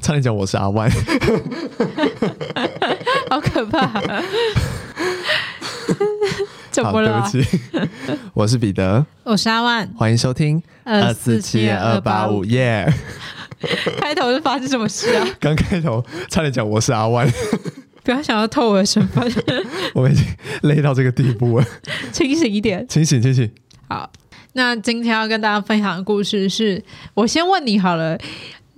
差点讲我是阿万，好可怕！ 怎好，么对了不？起， 我是彼得，我是阿万，欢迎收听247-285耶！开头是发生什么事啊？ 刚开头差点讲我是阿万，不要想要偷我的身份，我们已经累到这个地步了，清醒一点。清醒清醒。好，那今天要跟大家分享的故事是，我先问你好了，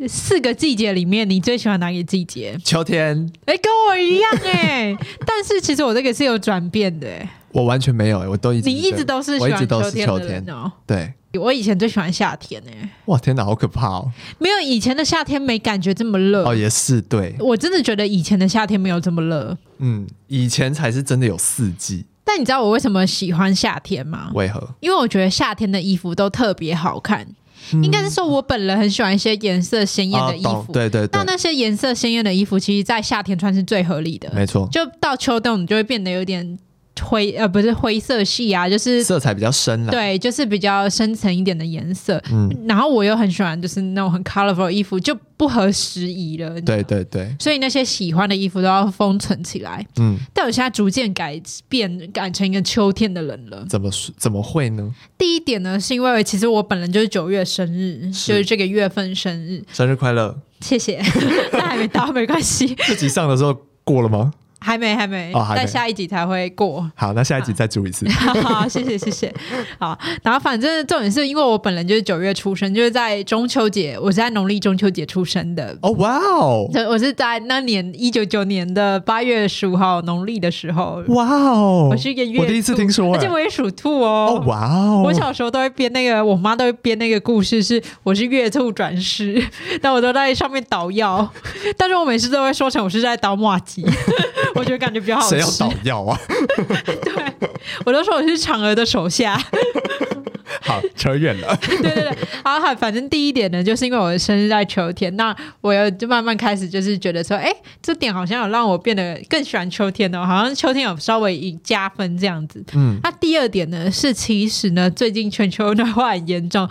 四个季节里面你最喜欢哪个季节？秋天哎、跟我一样 哎、但是其实我这个是有转变的、哎我完全没有、欸，我都一直你一直都是喜我一欢直都秋是天秋的人哦、对，我以前最喜欢夏天哎、哇，天哪，好可怕哦！没有以前的夏天没感觉这么热。哦，也是对，我真的觉得以前的夏天没有这么热。嗯，以前才是真的有四季，但你知道我为什么喜欢夏天吗？为何？因为我觉得夏天的衣服都特别好看。应该是说我本人很喜欢一些颜色鲜艳的衣嗯啊懂服。对对对那，那些颜色鲜艳的衣服，其实在夏天穿是最合理的。没错，就到秋冬，你就会变得有点灰，呃，不是灰色系啊，就是色彩比较深啦。，对，就是比较深层一点的颜色。嗯，然后我又很喜欢，就是那种很 colorful 的衣服，就不合时宜了。你知道对，吗对对，所以那些喜欢的衣服都要封存起来。嗯，但我现在逐渐改变，改成一个秋天的人了。怎么说怎么会呢？第一点呢，是因为其实我本人就是九月生日，是就是这个月份生日。生日快乐！谢谢，但还没到，没关系，这集上的时候过了吗？还没，还没，哦还没但下一集才会过。 好，那下一集再祝一次。好，谢谢，谢谢。好，然后反正重点是因为我本人就是九月出生，就是在中秋节，我是在农历中秋节出生的。 哦，哇哦，对，我是在那年一九九年的八月十五号农历的时候，哇哦，我是一个月兔，我第一次听说而且欸，我也属兔哦哦。，哇哦，我小时候都会编那个，我妈都会编那个故事，是我是月兔转世，但我都在上面捣药，但是我每次都会说成我是在捣马吉， 我觉得感觉比较好谁要吃捣。药啊？ 我都说我是嫦娥的手下，好，扯远了。对对对。好，好，反正第一点呢，就是因为我的生日在秋天，那我又就慢慢开始就是觉得说，哎，这点好像有让我变得更喜欢秋天哦，好像秋天有稍微一加分这样子。嗯，那第二点呢，是其实呢，最近全球暖化很严重，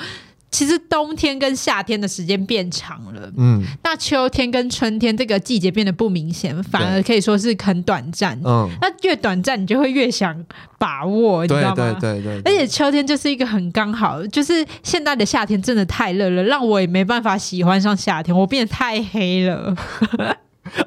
其实冬天跟夏天的时间变长了。 嗯那秋天跟春天这个季节变得不明显，反而可以说是很短暂。嗯，那越短暂，你就会越想把握，你知对道吗？对对对，而对且秋天就是一个很刚好，就是现在的夏天真的太热了，让我也没办法喜欢上夏天，我变得太黑了，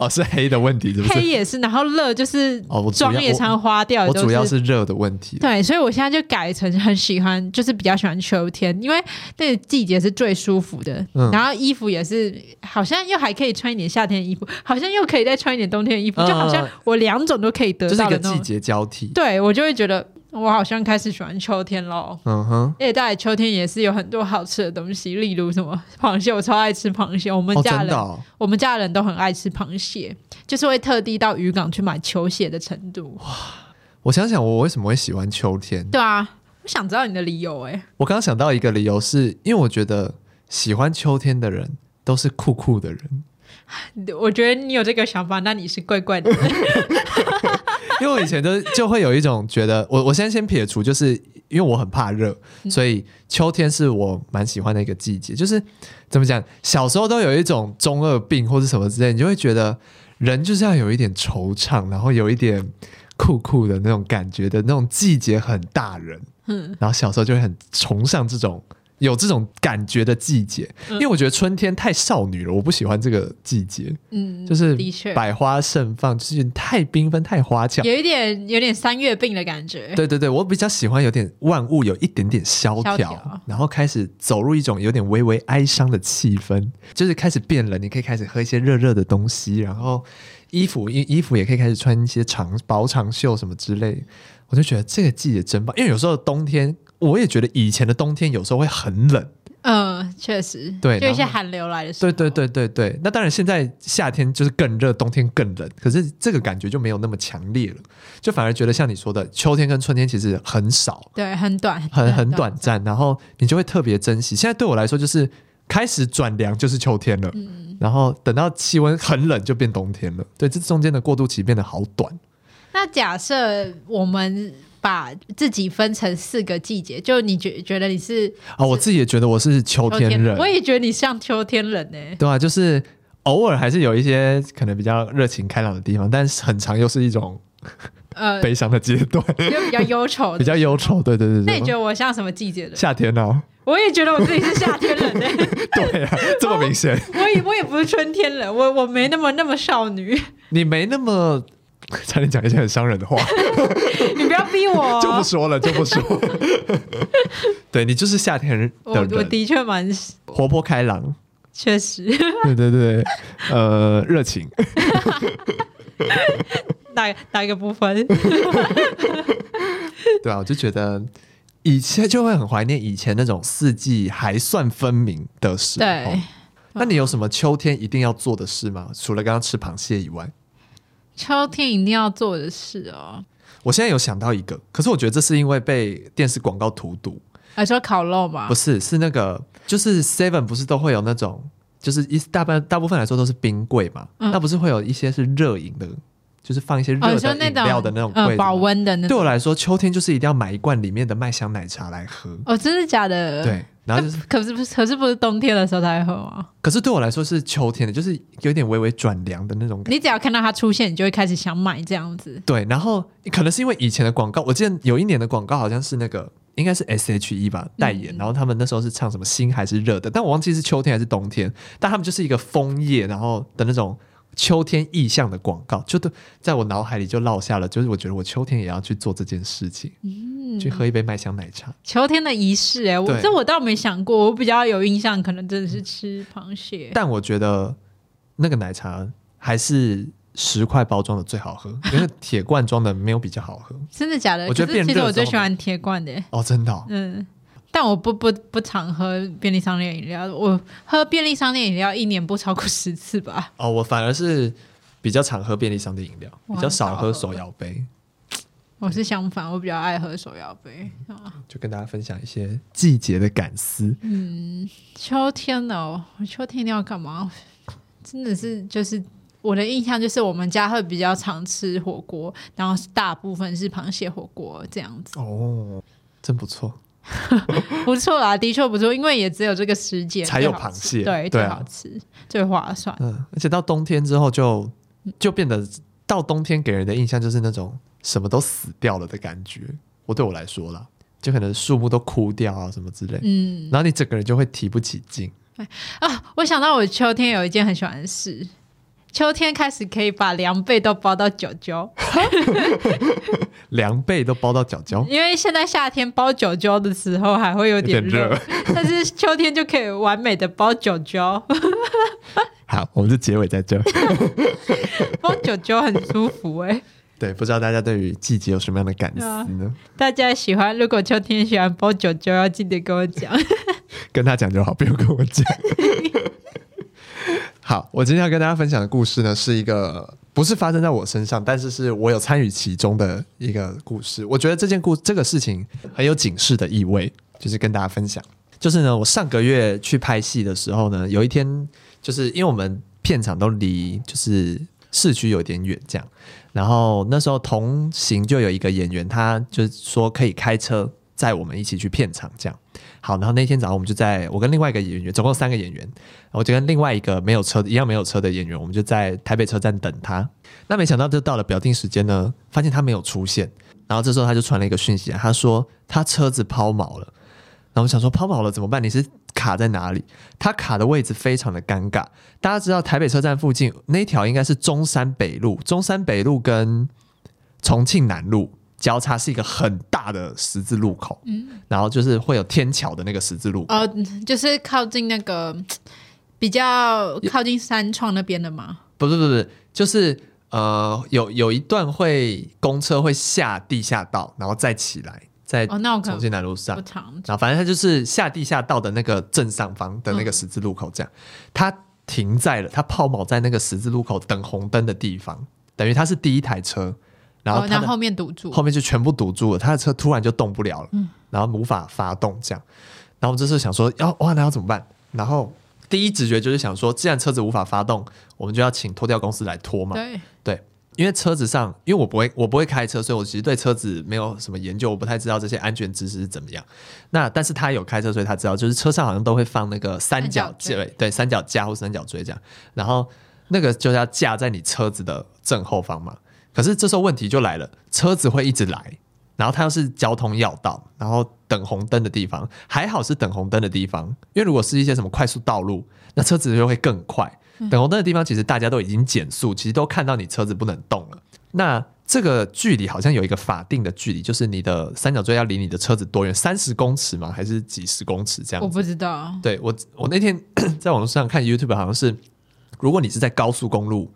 哦是黑的问题，是不黑是？也是，然后热就是哦，我主要妆也常花掉，我都主要是热的问题。啊对，所以我现在就改成很喜欢，就是比较喜欢秋天，因为那个季节是最舒服的，嗯然后衣服也是好像又还可以穿一点夏天的衣服，好像又可以再穿一点冬天的衣服，就好像嗯我两种都可以得就是一到个的那季种。节交替。对我就会觉得我好像开始喜欢秋天喽。嗯哼，而且在秋天也是有很多好吃的东西，例如什么螃蟹，我超爱吃螃蟹。我们哦，家真人，的哦，我们家人都很爱吃螃蟹，就是会特地到渔港去买球鞋的程度。我想想，我为什么会喜欢秋天？对啊，我想知道你的理由哎、我刚刚想到一个理由是，因为我觉得喜欢秋天的人都是酷酷的人，我觉得你有这个想法，那你是怪 怪的。因为我以前就就会有一种觉得，我我现在先撇除，就是因为我很怕热，嗯所以秋天是我蛮喜欢的一个季节。就是怎么讲，小时候都有一种中二病或是什么之类，你就会觉得人就是要有一点惆怅，然后有一点酷酷的那种感觉的那种季节很大人。嗯，然后小时候就会很崇尚这种有这种感觉的季节，嗯因为我觉得春天太少女了，我不喜欢这个季节，嗯就是的确百花盛放，就是太缤纷、太花俏。有一点有点三月病的感觉。对对对，我比较喜欢有点万物有一点点萧条，萧条然后开始走入一种有点微微哀伤的气氛，就是开始变冷，你可以开始喝一些热热的东西，然后衣服衣衣服也可以开始穿一些长薄长袖什么之类，我就觉得这个季节真棒，因为有时候冬天我也觉得以前的冬天有时候会很冷，嗯，确实，对就一些然后寒流来的时候。对对对对对，那当然，现在夏天就是更热，冬天更冷，可是这个感觉就没有那么强烈了，就反而觉得像你说的，秋天跟春天其实很少，对，啊很短，很很短。暂，然后你就会特别珍惜。现在对我来说，就是开始转凉就是秋天了，嗯然后等到气温很冷就变冬天了，对，这中间的过渡期变得好短。那假设我们把自己分成四个季节，就你觉觉得你是啊、我自己也觉得我是秋秋天天人，我也觉得你像秋天人欸呢、对啊，就是偶尔还是有一些可能比较热情开朗的地方，但是很长又是一种呃，悲伤的阶段，就比较忧愁比的。较忧愁。对对那对你觉对，得我像什么季节的？夏天哦，我也觉得我自己是夏天人呢、 对 哦啊，这么明显，我也我也不是春天人，我我没那么那么 少女，你没那么。差点讲一些很伤人的话，你不要逼我、就不哦。说了，就不说。 对你就是夏天人我的我人，的确蛮活泼开朗，确实， 对对对，呃，热情。哪哪一个部分？ 对啊，我就觉得以前就会很怀念以前那种四季还算分明的时候对。，那你有什么秋天一定要做的事吗？除了刚刚吃螃蟹以外，秋天一定要做的事哦，我现在有想到一个，可是我觉得这是因为被电视广告荼毒，还呃说烤肉嘛不？是，是那个就是 Seven 不是都会有那种，就是一大半大部分来说都是冰柜嘛，嗯那不是会有一些是热饮的，就是放一些哦，热你说的那饮料的那种柜子吗、呃保温的对那种？我来说，秋天就是一定要买一罐里面的麦香奶茶来喝。哦，真的假的？。对，然后就是，可是不是，可是不是冬天的时候才会喝吗？可是对我来说是秋天的，就是有点微微转凉的那种感觉。你只要看到它出现，你就会开始想买这样子。对，然后可能是因为以前的广告，我记得有一年的广告好像是那个应该是 S H E 吧代言，然后他们那时候是唱什么心还是热的，但我忘记是秋天还是冬天，但他们就是一个枫叶，然后的那种秋天意象的广告，就都在我脑海里就落下了，就是我觉得我秋天也要去做这件事情，去喝一杯麦香奶茶。秋天的仪式、哎，我对这我倒没想过，我比较有印象，可能真的是吃螃蟹。但我觉得那个奶茶还是十块包装的最好喝，因为铁罐装的没有比较好喝。真的假的？我觉得可是变其实热我最之后喜欢铁罐的、哎哦，真的哦、嗯，但我不不不常喝便利商店饮料，我喝便利商店饮料一年不超过十次吧。哦，我反而是比较常喝便利商店饮料，哇比较少喝手摇杯，我是相反，我比较爱喝手摇杯。就跟大家分享一些季节的感思。秋天哦，我秋天一定要干嘛？真的是就是我的印象就是我们家会比较常吃火锅，然后是大部分是螃蟹火锅这样子，哦，真不错， 不错啦，的确不错，因为也只有这个时节才有最好吃螃蟹对，对最啊好吃，最划算。嗯，而且到冬天之后就就变得到冬天给人的印象就是那种什么都死掉了的感觉。我对我来说啦，就可能树木都枯掉啊什么之类，嗯然后你整个人就会提不起劲。啊，我想到我秋天有一件很喜欢的事。秋天开始可以把凉被都包到九九， 凉被都包到脚脚，因为现在夏天包九九的时候还会有点有点热热， 但是秋天就可以完美的包九九。 好，我们就结尾在这。包九九很舒服哎、 对，不知道大家对于季节有什么样的感对啊思呢？大家喜欢，如果秋天喜欢包九九，要记得跟我讲。跟他讲就好，不用跟我讲。 好，我今天要跟大家分享的故事呢，是一个不是发生在我身上，但是是我有参与其中的一个故事。我觉得这件故这个事情很有警示的意味，就是跟大家分享。就是呢，我上个月去拍戏的时候呢，有一天就是因为我们片场都离就是市区有点远，这样。然后那时候同行就有一个演员，他就是说可以开车载我们一起去片场这样。好，然后那天早上我们就在我跟另外一个演员，总共三个演员，我就跟另外一个没有车的一样没有车的演员，我们就在台北车站等他。那没想到就到了表定时间呢，发现他没有出现。然后这时候他就传了一个讯息，他说他车子抛锚了。然后我想说抛锚了怎么办？你是卡在哪里？他卡的位置非常的尴尬。大家知道台北车站附近那一条应该是中山北路，中山北路跟重庆南路交叉是一个很大的十字路口，然后就是会有天桥的那个十字路口。 哦，就是靠近那个比较靠近三创那边的嘛。不是不是不是，就是呃，有有一段会公车会下地下道，然后再起来，在哦，那我可重能庆南路上不，常。然后反正它就是下地下道的那个正上方的那嗯个十字路口，这样，它停在了，它抛锚在那个十字路口等红灯的地方，等于它是第一台车，然后哦它那的后面堵住后。面就全部堵住了，他的车突然就动不了了，然后无法发动这样。然后我这时候想说，要、哇，那要怎么办？然后第一直觉就是想说，既然车子无法发动，我们就要请拖吊公司来拖嘛。对，对，因为车子上，因为我不会我不会开车，所以我其实对车子没有什么研究，我不太知道这些安全知识是怎么样。那但是他有开车，所以他知道，就是车上好像都会放那个三角三角锥，对，三角架或三角锥这样，然后那个就是要架在你车子的正后方嘛。可是这时候问题就来了，车子会一直来，然后它又是交通要道，然后等红灯的地方，还好是等红灯的地方，因为如果是一些什么快速道路，那车子就会更快。等红灯的地方，其实大家都已经减速，其实都看到你车子不能动了。那这个距离好像有一个法定的距离，就是你的三角锥要离你的车子多远？三十公尺吗？还是几十公尺这样我子？不知道，对我，我那天在网络上看 YouTube，好像是如果你是在高速公路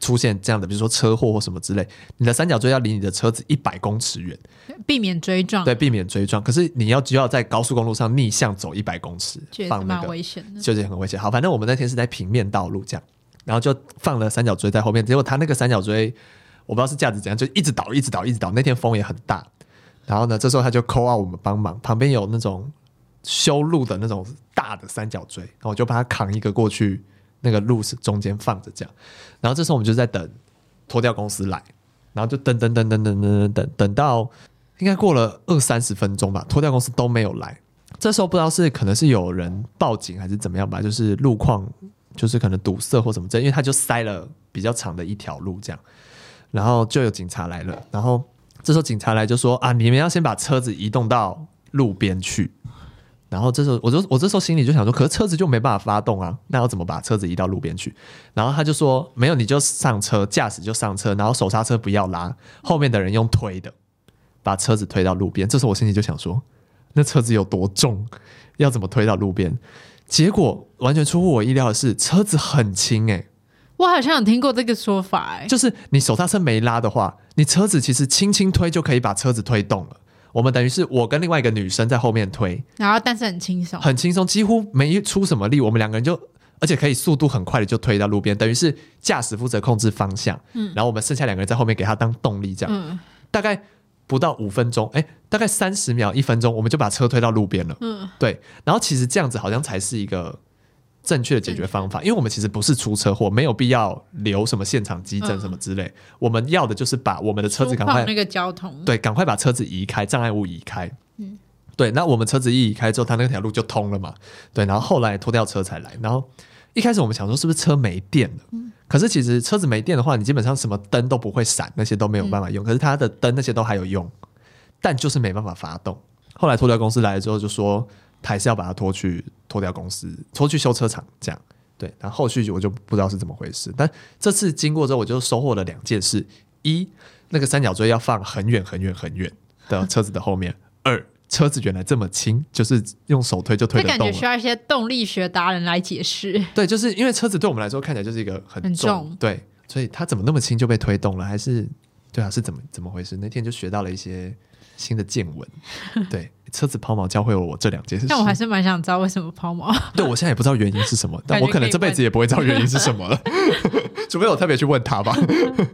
出现这样的，比如说车祸或什么之类，你的三角锥要离你的车子一百公尺远，避免追撞，对，避免追撞。可是你要只要在高速公路上逆向走一百公尺觉，得放那蛮个危险的。就是很危险。好，反正我们那天是在平面道路这样，然后就放了三角锥在后面，结果他那个三角锥我不知道是架子怎样，就一直倒，一直倒，一直倒。那天风也很大，然后呢，这时候他就 call out 我们帮忙，旁边有那种修路的那种大的三角锥，然后我就把它扛一个过去，那个路是中间放着这样。然后这时候我们就在等拖吊公司来，然后就等等等等等等等等等到应该过了二三十分钟吧，拖吊公司都没有来。这时候不知道是可能是有人报警还是怎么样吧，就是路况就是可能堵塞或什么之类，因为他就塞了比较长的一条路这样，然后就有警察来了，然后这时候警察来就说啊，你们要先把车子移动到路边去。然后这时候，我就我这时候心里就想说，啊可是车子就没办法发动啊，那要怎么把车子移到路边去？然后他就说，没有，你就上车，驾驶就上车，然后手刹车不要拉，后面的人用推的，把车子推到路边。这时候我心里就想说，那车子有多重，要怎么推到路边？结果完全出乎我意料的是，车子很轻诶、欸我好像有听过这个说法、欸，就是你手刹车没拉的话，你车子其实轻轻推就可以把车子推动了。我们等于是我跟另外一个女生在后面推，然后但是很轻松，很轻松，几乎没出什么力，我们两个人就。而且可以速度很快的就推到路边，等于是驾驶负责控制方向，然后我们剩下两个人在后面给他当动力，这样、嗯，大概不到五分钟，哎、大概三十秒一分钟，我们就把车推到路边了。嗯，对。然后其实这样子好像才是一个正确的解决方法，因为我们其实不是出车祸，没有必要留什么现场急诊什么之类，我们要的就是把我们的车子赶疏快嗯放那个交通，对，赶快把车子移开，障碍物移开。对，那我们车子一移开之后，他那条路就通了嘛。对，然后后来拖吊车才来。然后一开始我们想说是不是车没电了？可是其实车子没电的话，你基本上什么灯都不会闪，那些都没有办法用。可是它的灯那些都还有用，但就是没办法发动。后来拖吊公司来了之后就说，还是要把它拖去拖吊公司，拖去修车厂这样。对，然后后续我就不知道是怎么回事。但这次经过之后，我就收获了两件事：一，那个三角锥要放很远很远很远的车子的后面；二，车子原来这么轻，就是用手推就推得这感动觉了需。要一些动力学达人来解释。对，就是因为车子对我们来说看起来就是一个很很重，重对，所以它怎么那么轻就被推动了？还是对啊，是怎么怎么回事？那天就学到了一些新的见 闻。对，车子抛锚教会了我这两件事。但我还是蛮想知道为什么抛锚，对我现在也不知道原因是什么，但我可能这辈子也不会知道原因是什么 了，除非我特别去问他吧。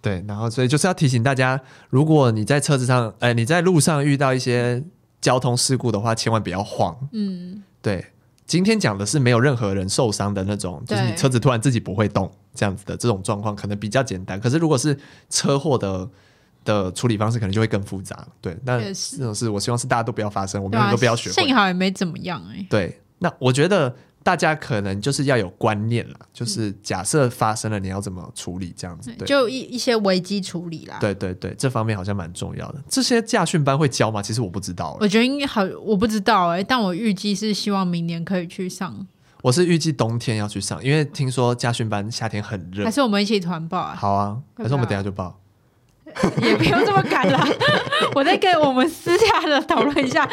对，然后所以就是要提醒大家，如果你在车子上，呃，你在路上遇到一些交通事故的话，千万不要慌。嗯，对，今天讲的是没有任何人受伤的那种，就是你对车子突然自己不会动这样子的这种状况，可能比较简单。可是如果是车祸的的处理方式，可能就会更复杂。对，那确实这种事，我希望是大家都不要发生， 我对们啊，都不要学会。幸好也没怎么样哎、对，那我觉得大家可能就是要有观念嗯啦，就是假设发生了，你要怎么处理这样子。对，就一啊一些危机处理啦。对对对，这方面好像蛮重要的。这些驾训班会教吗？其实我不知道欸、我觉得应该好，我不知道哎、但我预计是希望明年可以去上，我是预计冬天要去上，因为听说驾训班夏天很热还。是我们一起团报啊？好啊，要不要还是我们等一下就报。 也不用这么 赶啦。我再跟我们私下的讨论一下，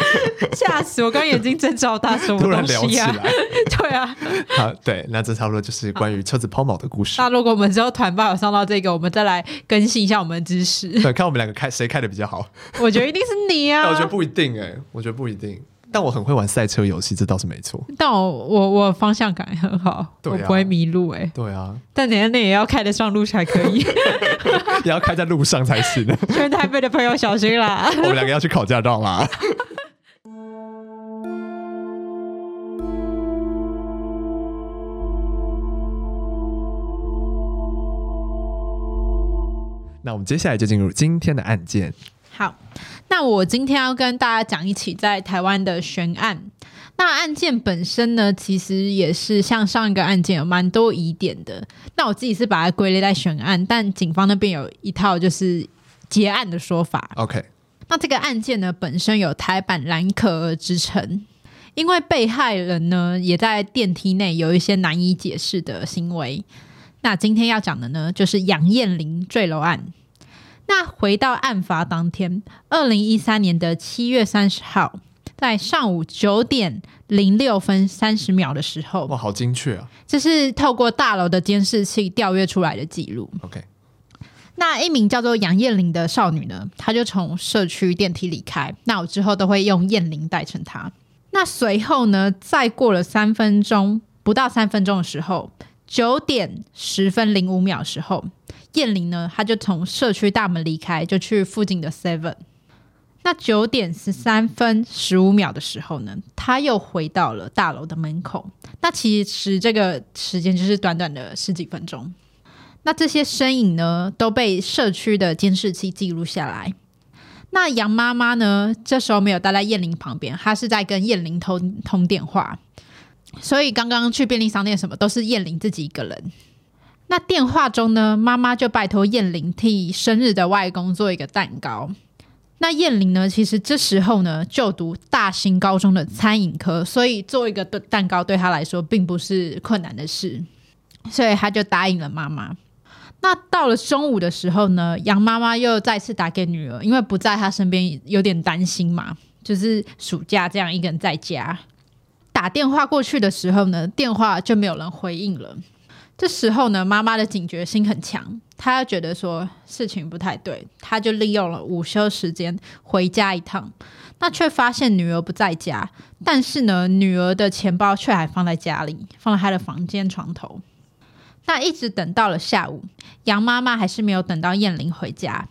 吓死我！刚眼睛睁超大，什么突然东聊西起呀、来啊？，对啊， 好，对，那这差不多就是关于车子抛锚的故事。那如果我们之后团报有上到这个，我们再来更新一下我们的 知识。对，看我们两个开谁开的比较好。我觉得一定是你但啊！我觉得不一定哎、我觉得不一定。但我很会玩赛车游戏，这倒是没错。但我我我方向感很好，对啊我不会迷路哎、对 啊，但等一下那也要开得上路才可 以，也要开在路上才行。全台北的朋友小心啦！ 我们两个要去考驾照啦。 那我们接下来就进入今天的案件。好，那我今天要跟大家讲一起在台湾的悬案。那案件本身呢，其实也是像上一个案件有蛮多疑点的。那我自己是把它归类在悬案，但警方那边有一套就是结案的说法。 OK，那这个案件呢，本身有台版蓝可儿之称，因为被害人呢也在电梯内有一些难以解释的行为。那今天要讲的呢，就是杨艳玲坠楼案。那回到案发当天，二零一三年的七月三十号，在上午九点零六分三十秒的时候，哇，好精确啊。这是透过大楼的监视器调阅出来的记录。 OK，那一名叫做杨艳玲的少女呢，她就从社区电梯离开。那我之后都会用艳玲代称她。那随后呢，再过了三分钟，不到三分钟的时候，九点十分零五秒的时候，艳玲呢，她就从社区大门离开，就去附近的 Seven。那九点十三分十五秒的时候呢，她又回到了大楼的门口。那其实这个时间就是短短的十几分钟。那这些身影呢，都被社区的监视器记录下来。那杨妈妈呢，这时候没有待在燕玲旁边，她是在跟燕玲通通电话。所以刚刚去便利商店什么都是燕玲自己一个人。那电话中呢，妈妈就拜托燕玲替生日的外公做一个蛋糕。那燕玲呢，其实这时候呢就读大兴高中的餐饮科，所以做一个蛋糕对她来说并不是困难的事，所以她就答应了妈妈。那到了中午的时候呢，杨妈妈又再次打给女儿，因为不在她身边，有点担心嘛，就是暑假这样一个人在家。打电话过去的时候呢，电话就没有人回应了。这时候呢，妈妈的警觉心很强，她觉得说事情不太对，她就利用了午休时间回家一趟，那却发现女儿不在家，但是呢，女儿的钱包却还放在家里，放在她的房间床头。那一直等到了下午，杨妈妈还是没有等到燕玲回家。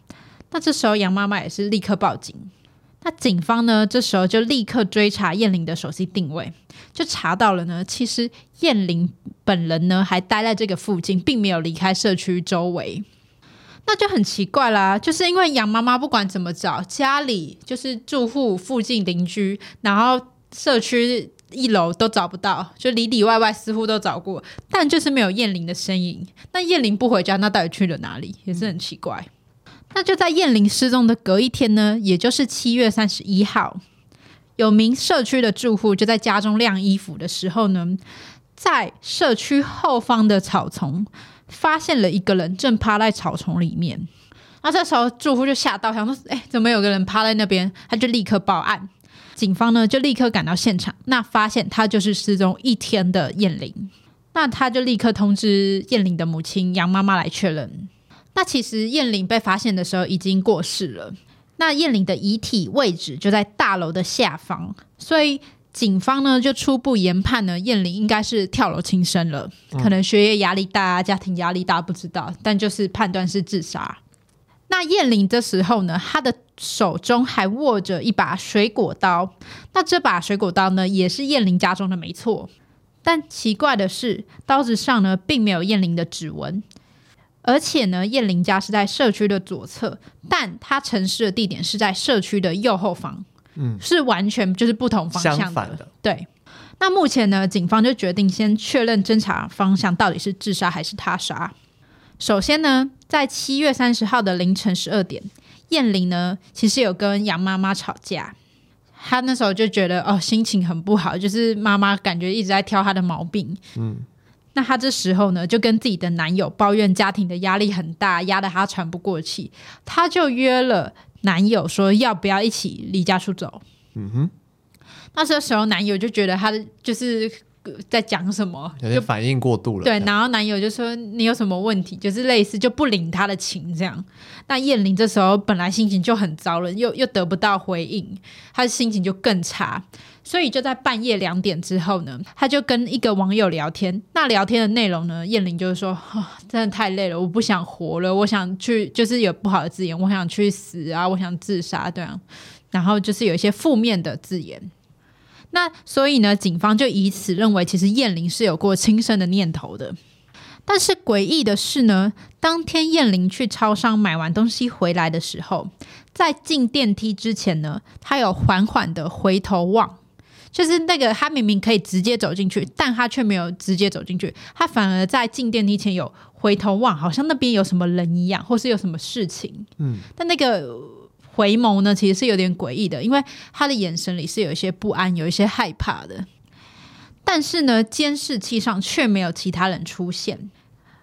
那这时候杨妈妈也是立刻报警。那警方呢，这时候就立刻追查燕玲的手机定位，就查到了呢。其实燕玲本人呢还待在这个附近，并没有离开社区周围。那就很奇怪啦，就是因为杨妈妈不管怎么找，家里就是住户、附近邻居，然后社区一楼都找不到，就里里外外似乎都找过，但就是没有燕玲的身影。那燕玲不回家，那到底去了哪里？也是很奇怪。那就在燕玲失踪的隔一天呢，也就是七月三十一号，有名社区的住户就在家中晾衣服的时候呢，在社区后方的草丛发现了一个人正趴在草丛里面。那这时候住户就吓到，想说：“哎、怎么有个人趴在那边？”他就立刻报案。警方呢就立刻赶到现场，那发现他就是失踪一天的燕玲。那他就立刻通知燕玲的母亲杨妈妈来确认。那其实燕玲被发现的时候已经过世了。那燕玲的遗体位置就在大楼的下方，所以警方呢就初步研判呢，燕玲应该是跳楼轻生了，可能学业压力大、啊、家庭压力大不知道，但就是判断是自杀。那燕玲这时候呢，她的手中还握着一把水果刀，那这把水果刀呢，也是燕玲家中的，没错。但奇怪的是，刀子上呢并没有燕玲的指纹，而且呢，燕玲家是在社区的左侧，但她城市的地点是在社区的右后方，嗯，是完全就是不同方向相反的对。那目前呢，警方就决定先确认侦查方向到底是自杀还是他杀。首先呢，在七月三十号的凌晨十二点，燕玲呢其实有跟杨妈妈吵架，她那时候就觉得哦心情很不好，就是妈妈感觉一直在挑她的毛病。嗯，那她这时候呢就跟自己的男友抱怨家庭的压力很大，压得她喘不过气，她就约了男友说要不要一起离家出走。嗯哼，那这时候男友就觉得她就是呃在讲什么，有点反应过度了。对，然后男友就说你有什么问题，就是类似就不领她的情这样。那燕玲这时候本来心情就很糟了，又又得不到回应，她的心情就更差。所以就在半夜两点之后呢，她就跟一个网友聊天。那聊天的内容呢，燕玲就是说、哦，真的太累了，我不想活了，我想去，就是有不好的字眼，我想去死啊，我想自杀这样。然后就是有一些负面的字眼。那所以呢，警方就以此认为，其实燕玲是有过轻生的念头的。但是诡异的是呢，当天燕玲去超商买完东西回来的时候，在进电梯之前呢，她有缓缓的回头望。就是那个，她明明可以直接走进去，但她却没有直接走进去，她反而在进电梯前有回头望，好像那边有什么人一样，或是有什么事情。嗯，但那个回眸呢，其实是有点诡异的，因为他的眼神里是有一些不安，有一些害怕的。但是呢，监视器上却没有其他人出现，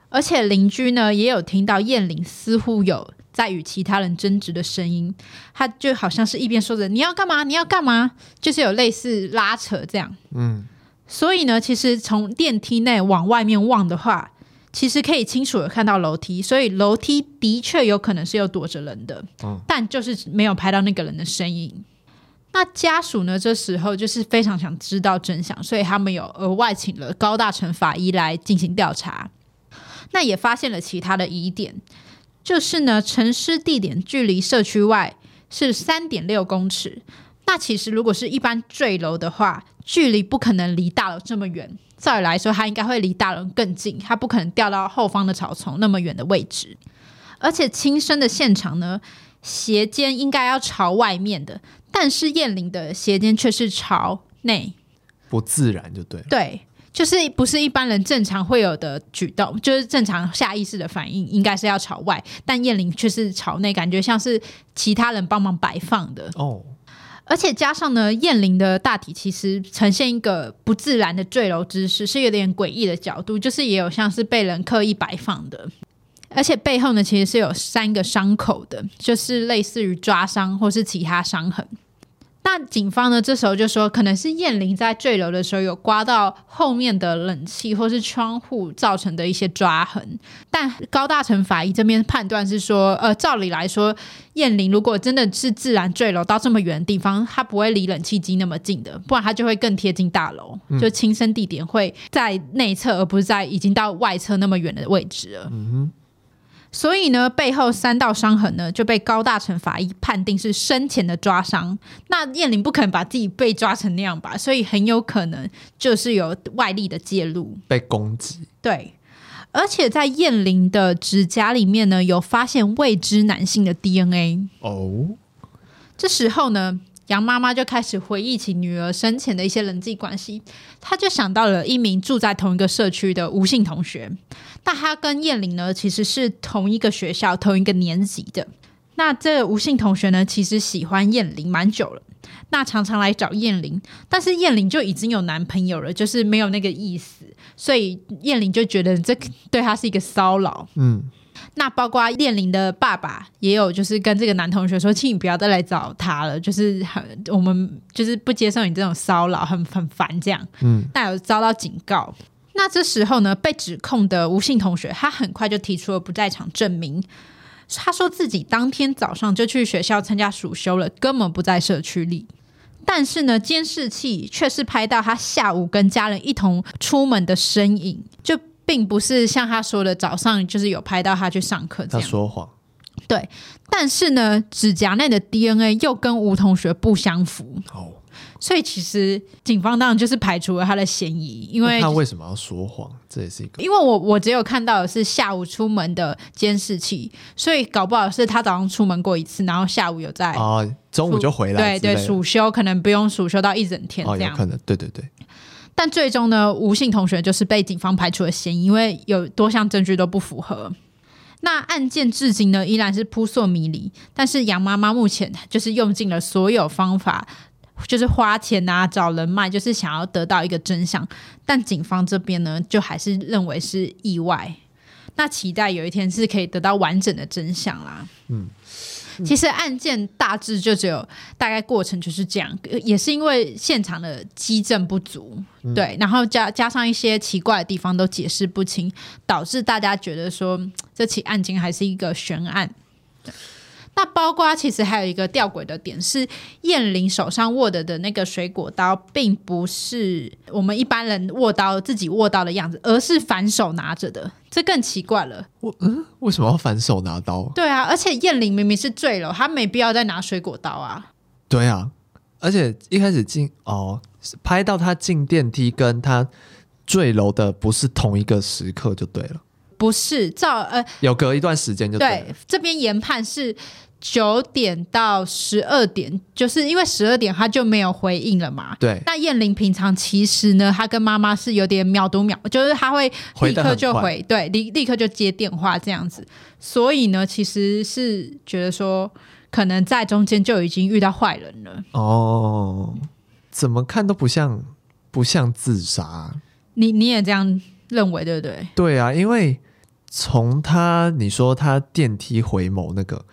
而且邻居呢也有听到燕玲似乎有在与其他人争执的声音，他就好像是一边说着“你要干嘛？你要干嘛？”就是有类似拉扯这样。嗯，所以呢，其实从电梯内往外面望的话，其实可以清楚的看到楼梯，所以楼梯的确有可能是有躲着人的，嗯但就是没有拍到那个人的身影。那家属呢？这时候就是非常想知道真相，所以他们有额外请了高大成法医来进行调查。那也发现了其他的疑点，就是呢，沉尸地点距离社区外是三点六公尺，那其实如果是一般坠楼的话，距离不可能离大楼这么远。照理来说，它应该会离大楼更近，它不可能掉到后方的草丛那么远的位置。而且轻生的现场呢，斜肩应该要朝外面的，但是燕玲的斜肩却是朝内，不自然就对了。对，就是不是一般人正常会有的举动，就是正常下意识的反应应该是要朝外，但燕玲却是朝内，感觉像是其他人帮忙摆放的。哦，而且加上呢，燕玲的大体其实呈现一个不自然的坠楼姿势，是有点诡异的角度，就是也有像是被人刻意摆放的。而且背后呢，其实是有三个伤口的，就是类似于抓伤或是其他伤痕。那警方呢，这时候就说，可能是燕玲在坠楼的时候有刮到后面的冷气或是窗户造成的一些抓痕。但高大成法医这边判断是说，呃，照理来说，燕玲如果真的是自然坠楼到这么远的地方，她不会离冷气机那么近的，不然她就会更贴近大楼，就亲身地点会在内侧，而不是在已经到外侧那么远的位置了。所以呢，背后三道伤痕呢就被高大成法医判定是生前的抓伤。那燕玲不肯把自己被抓成那样吧，所以很有可能就是有外力的介入。被攻击，对，而且在燕玲的指甲里面呢，有发现未知男性的 DNA。哦，这时候呢，杨妈妈就开始回忆起女儿生前的一些人际关系，她就想到了一名住在同一个社区的吴姓同学，那她跟燕玲呢其实是同一个学校、同一个年级的。那这个吴姓同学呢，其实喜欢燕玲蛮久了，那常常来找燕玲，但是燕玲就已经有男朋友了，就是没有那个意思，所以燕玲就觉得这对她是一个骚扰。嗯，那包括燕玲的爸爸也有，就是跟这个男同学说，请你不要再来找他了，就是很我们就是不接受你这种骚扰，很很烦这样。嗯，那有遭到警告。那这时候呢，被指控的吴姓同学，他很快就提出了不在场证明。他说自己当天早上就去学校参加暑修了，根本不在社区里。但是呢，监视器却是拍到他下午跟家人一同出门的身影，就并不是像他说的早上就是有拍到他去上课这他样。说谎，但是呢，指甲内的 DNA 又跟吴同学不相符，哦，所以其实警方当然就是排除了他的嫌疑，因为那他为什么要说谎？这也是一个，因为我我只有看到的是下午出门的监视器，所以搞不好是他早上出门过一次，然后下午有在、啊，中午就回来哎对之类对的，暑休，可能不用暑休到一整天哦，这有样。可能，对对对，但最终呢，吴姓同学就是被警方排除了嫌疑，因为有多项证据都不符合。那案件至今呢，依然是扑朔迷离。但是杨妈妈目前就是用尽了所有方法，就是花钱啊，找人脉，就是想要得到一个真相。但警方这边呢，就还是认为是意外。那期待有一天是可以得到完整的真相啦。嗯，其实案件大致就只有大概过程就是这样，呃也是因为现场的基证不足，对，然后加加上一些奇怪的地方都解释不清，导致大家觉得说嗯这起案件还是一个悬案。那包括其实还有一个吊诡的点是，燕玲手上握的的那个水果刀，并不是我们一般人握刀自己握刀的样子，而是反手拿着的，这更奇怪了。为什么要反手拿刀？对啊，而且燕玲明明是坠楼，她没必要再拿水果刀啊。对啊，而且一开始进哦，拍到他进电梯跟他坠楼的不是同一个时刻就对了，不是照呃有隔一段时间就对对了，这边研判是九点到十二点，就是因为十二点他就没有回应了嘛。对，那燕玲平常其实呢，她跟妈妈是有点秒读秒，就是她会回立得刻很就快回，对，立立刻就接电话这样子。所以呢，其实是觉得说，可能在中间就已经遇到坏人了。哦，怎么看都不像不像自杀、你你也这样认为对不对？对啊，因为从他你说他电梯回眸那个，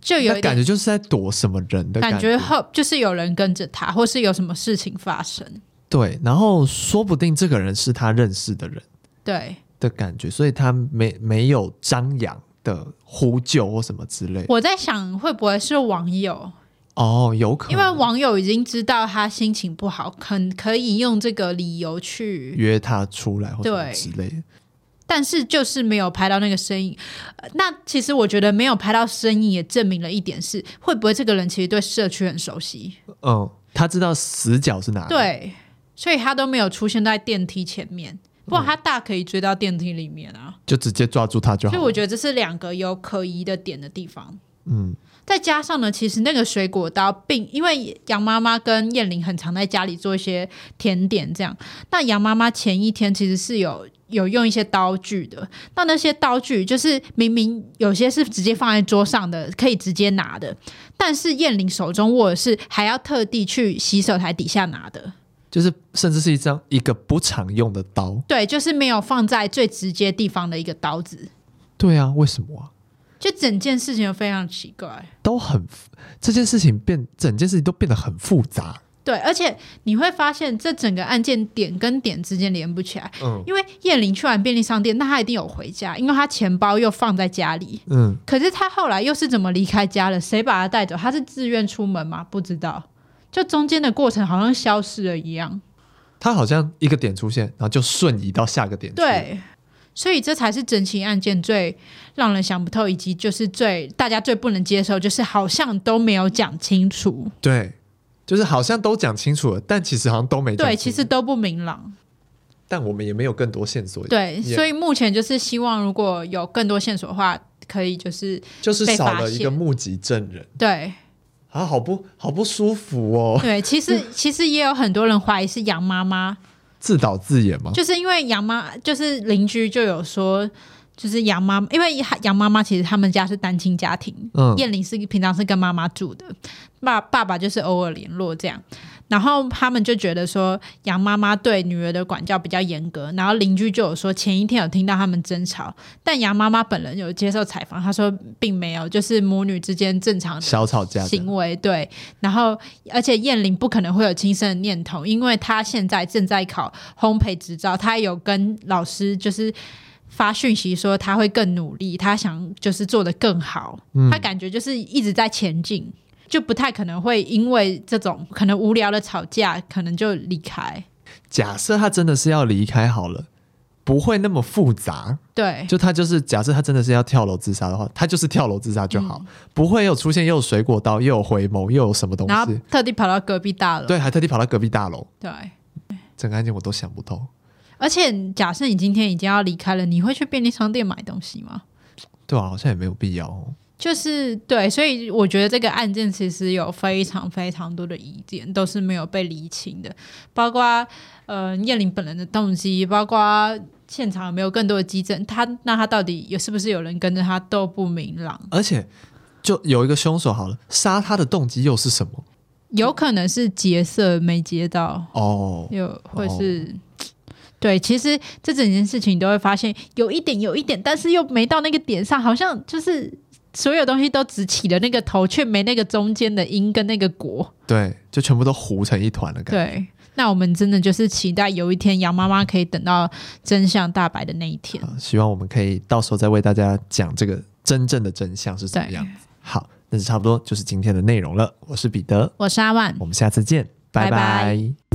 就有那一感点觉就是在躲什么人的感觉觉后就是有人跟着他，或是有什么事情发生。对，然后说不定这个人是他认识的人对的感觉，所以他没没有张扬的呼救或什么之类。我在想，会不会是网友？哦，有可因为能网友已经知道他心情不好，肯可以用这个理由去约他出来或什么对之类的。但是就是没有拍到那个身影。呃那其实我觉得没有拍到身影，也证明了一点是，会不会这个人其实对社区很熟悉？嗯，他知道死角是哪里。，对，所以他都没有出现在电梯前面，不然他大可以追到电梯里面啊。就直接抓住他就好所以了。我觉得这是两个有可疑的点的地方。嗯，再加上呢，其实那个水果刀并因为杨妈妈跟燕玲很常在家里做一些甜点这样，那杨妈妈前一天其实是有有用一些刀具的，那那些刀具就是明明有些是直接放在桌上的，可以直接拿的，但是燕玲手中握的是还要特地去洗手台底下拿的，就是甚至是一张一个不常用的刀。对，就是没有放在最直接地方的一个刀子，对啊，为什么啊？就整件事情非常奇怪。都很这件事情变整件事情都变得很复杂。对，而且你会发现这整个案件点跟点之间连不起来，嗯因为燕玲去完便利商店，那她一定有回家，因为她钱包又放在家里。嗯，可是她后来又是怎么离开家了？谁把她带走？她是自愿出门吗？不知道。就中间的过程好像消失了一样。他好像一个点出现，然后就瞬移到下个点。，对，所以这才是整起案件最让人想不透，以及就是最大家最不能接受，就是好像都没有讲清楚。对，就是好像都讲清楚了，但其实好像都没讲对，清楚。其实都不明朗。但我们也没有更多线索。，对，也所以目前就是希望如果有更多线索的话，可以就是就是被少发了一个现目击证人对啊，好不好不舒服哦，对，其实其实也有很多人怀疑是杨妈妈，自导自演嘛。就是因为杨妈就是邻居就有说。就是杨妈，因为杨妈妈其实他们家是单亲家庭，嗯燕玲是平常是跟妈妈住的，爸爸爸就是偶尔联络这样，然后他们就觉得说杨妈妈对女儿的管教比较严格，然后邻居就有说前一天有听到他们争吵，但杨妈妈本人有接受采访，她说并没有，就是母女之间正常的小吵架的，行为对，然后而且燕玲不可能会有轻生的念头，因为她现在正在考烘焙执照，她有跟老师就是发讯息说她会更努力，她想就是做得更好，她感觉就是一直在前进，就不太可能会因为这种可能无聊的吵架，可能就离开。假设他真的是要离开好了，不会那么复杂。对就他就是，假设他真的是要跳楼自杀的话，他就是跳楼自杀就嗯好，不会有出现又有水果刀，又有回眸，又有什么东然后西。特地跑到隔壁大楼，对，还特地跑到隔壁大楼，对。整个案件我都想不透。而且，假设你今天已经要离开了，你会去便利商店买东西吗？对啊，好像也没有必要、哦。就是对，所以我觉得这个案件其实有非常非常多的疑点都是没有被厘清的，包括呃燕玲本人的动机，包括现场有没有更多的激证，他那他到底有是不是有人跟着他都不明朗，而且，就有一个凶手好了，杀他的动机又是什么？有可能是劫色没劫到，哦，有或是。对，其实这整件事情你都会发现有一点有一点，但是又没到那个点上，好像就是所有东西都只起了那个头，却没那个中间的因跟那个果。对，就全部都糊成一团了，感觉。对，那我们真的就是期待有一天杨妈妈可以等到真相大白的那一天。啊希望我们可以到时候再为大家讲这个真正的真相是怎么对样子。好，那就差不多就是今天的内容了。我是彼得，我是阿万，我们下次见，拜拜拜拜